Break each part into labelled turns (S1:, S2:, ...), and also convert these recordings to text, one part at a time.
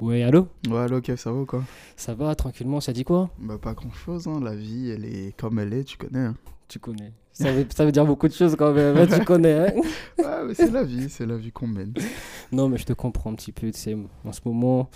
S1: Ouais, allô
S2: Ouais, allô, ok, ça va ou quoi
S1: Ça va, tranquillement, ça dit quoi
S2: Bah, pas grand chose, hein. La vie, elle est comme elle est, tu connais. hein.
S1: Tu connais. Ça veut, ça veut dire beaucoup de choses quand même, hein, tu connais. hein.
S2: Ouais, mais c'est la vie, c'est la vie qu'on mène.
S1: non, mais je te comprends un petit peu, tu sais, en ce moment,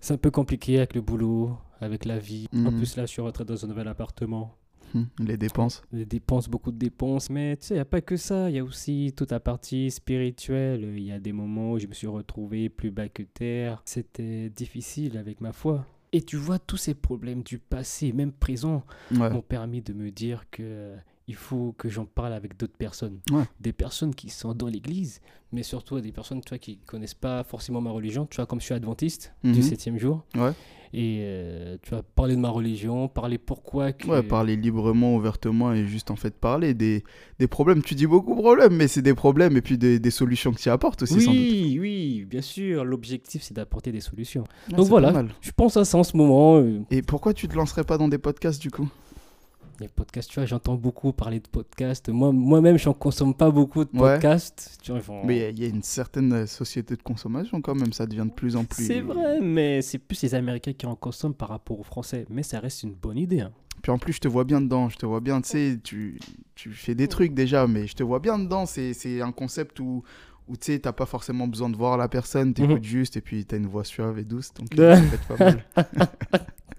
S1: c'est un peu compliqué avec le boulot, avec la vie. En
S2: Mhm.
S1: plus, là, je suis rentré dans un nouvel appartement.
S2: Hum, Les dépenses.
S1: Les dépenses, beaucoup de dépenses, mais tu sais, il n'y a pas que ça. Il y a aussi toute la partie spirituelle. Il y a des moments où je me suis retrouvé plus bas que terre. C'était difficile avec ma foi. Et tu vois, tous ces problèmes du passé, même présent,
S2: Ouais.
S1: m'ont permis de me dire que euh, il faut que j'en parle avec d'autres personnes.
S2: Ouais.
S1: Des personnes qui sont dans l'église, mais surtout à des personnes tu vois, qui connaissent pas forcément ma religion. Tu vois, comme je suis adventiste du
S2: Mhm.
S1: septième jour.
S2: Ouais.
S1: Et euh, tu vois, parler de ma religion, parler pourquoi. Que...
S2: Ouais, parler librement, ouvertement et juste en fait parler des, des problèmes. Tu dis beaucoup de problèmes, mais c'est des problèmes et puis des, des solutions que tu apportes aussi, sans doute.
S1: Oui, oui, bien sûr. L'objectif, c'est d'apporter des solutions.
S2: Ouais,
S1: Donc
S2: c'est
S1: voilà.
S2: pas mal.
S1: Je pense à ça en ce moment. euh,
S2: Et pourquoi tu te lancerais pas dans des podcasts du coup
S1: Les podcasts, tu vois, j'entends beaucoup parler de podcasts. Moi- Moi-même, je n'en consomme pas beaucoup de
S2: Ouais.
S1: podcasts. Tu vois, j'en-
S2: Mais il y a- il y, a une certaine euh, société de consommation quand même, ça devient de plus en plus.
S1: C'est vrai, mais c'est plus les Américains qui en consomment par rapport aux Français. Mais ça reste une bonne idée. hein.
S2: Puis en plus, je te vois bien dedans, je te vois bien, tu sais, tu, tu fais des trucs déjà, mais je te vois bien dedans. C'est, c'est un concept où, où tu sais, t'as pas forcément besoin de voir la personne, t'écoutes
S1: Mhm.
S2: juste, et puis t'as une voix suave et douce, donc euh, ça peut être pas mal.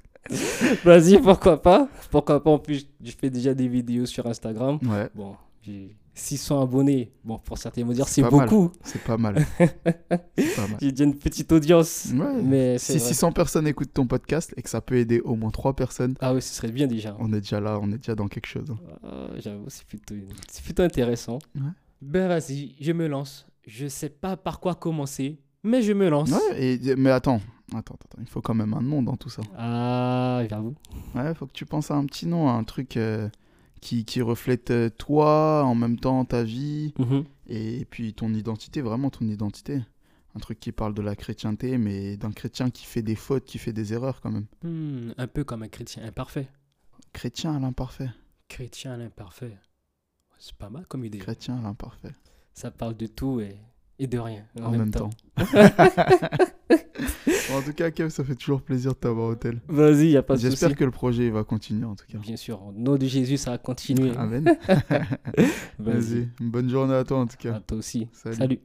S1: Vas-y, pourquoi pas Pourquoi pas En plus, je fais déjà des vidéos sur Instagram.
S2: Ouais,
S1: Bon, j'ai 600 abonnés. Bon, pour certains ils vont dire c'est
S2: pas mal.
S1: beaucoup.
S2: c'est pas mal. c'est pas mal.
S1: J'ai déjà une petite audience.
S2: Ouais.
S1: Mais c'est
S2: Si
S1: vrai.
S2: 600 personnes écoutent ton podcast et que ça peut aider au moins 3 personnes,
S1: Ah oui, ce serait bien déjà.
S2: on est déjà là, on est déjà dans quelque chose. hein.
S1: Ah, J'avoue, c'est plutôt, une- c'est plutôt intéressant.
S2: Ouais.
S1: Ben vas-y, je me lance. Je sais pas par quoi commencer, mais je me lance.
S2: Ouais, et, euh, mais attends, attends, attends, il faut quand même un nom dans tout ça.
S1: Ah, j'avoue.
S2: Ouais, faut que tu penses à un petit nom, à un truc euh, qui, qui reflète euh, toi, en même temps ta vie,
S1: Mhm.
S2: et puis ton identité, vraiment ton identité. Un truc qui parle de la chrétienté, mais d'un chrétien qui fait des fautes, qui fait des erreurs quand même.
S1: Hmm, un peu comme un chrétien imparfait.
S2: Chrétien à l'imparfait.
S1: Chrétien à l'imparfait. C'est pas mal comme idée.
S2: Chrétien à l'imparfait.
S1: Ça parle de tout et, et de rien.
S2: En, même, temps. Bon, en tout cas, Kev, ça fait toujours plaisir de t'avoir au tel.
S1: Vas-y, y a pas de souci.
S2: J'espère que le projet il va continuer en tout cas.
S1: Bien sûr, au nom de Jésus, ça va continuer.
S2: Amen.
S1: Vas-y.
S2: Ah, Vas-y. Bonne journée à toi en tout
S1: À
S2: cas.
S1: toi aussi.
S2: Salut.
S1: Salut.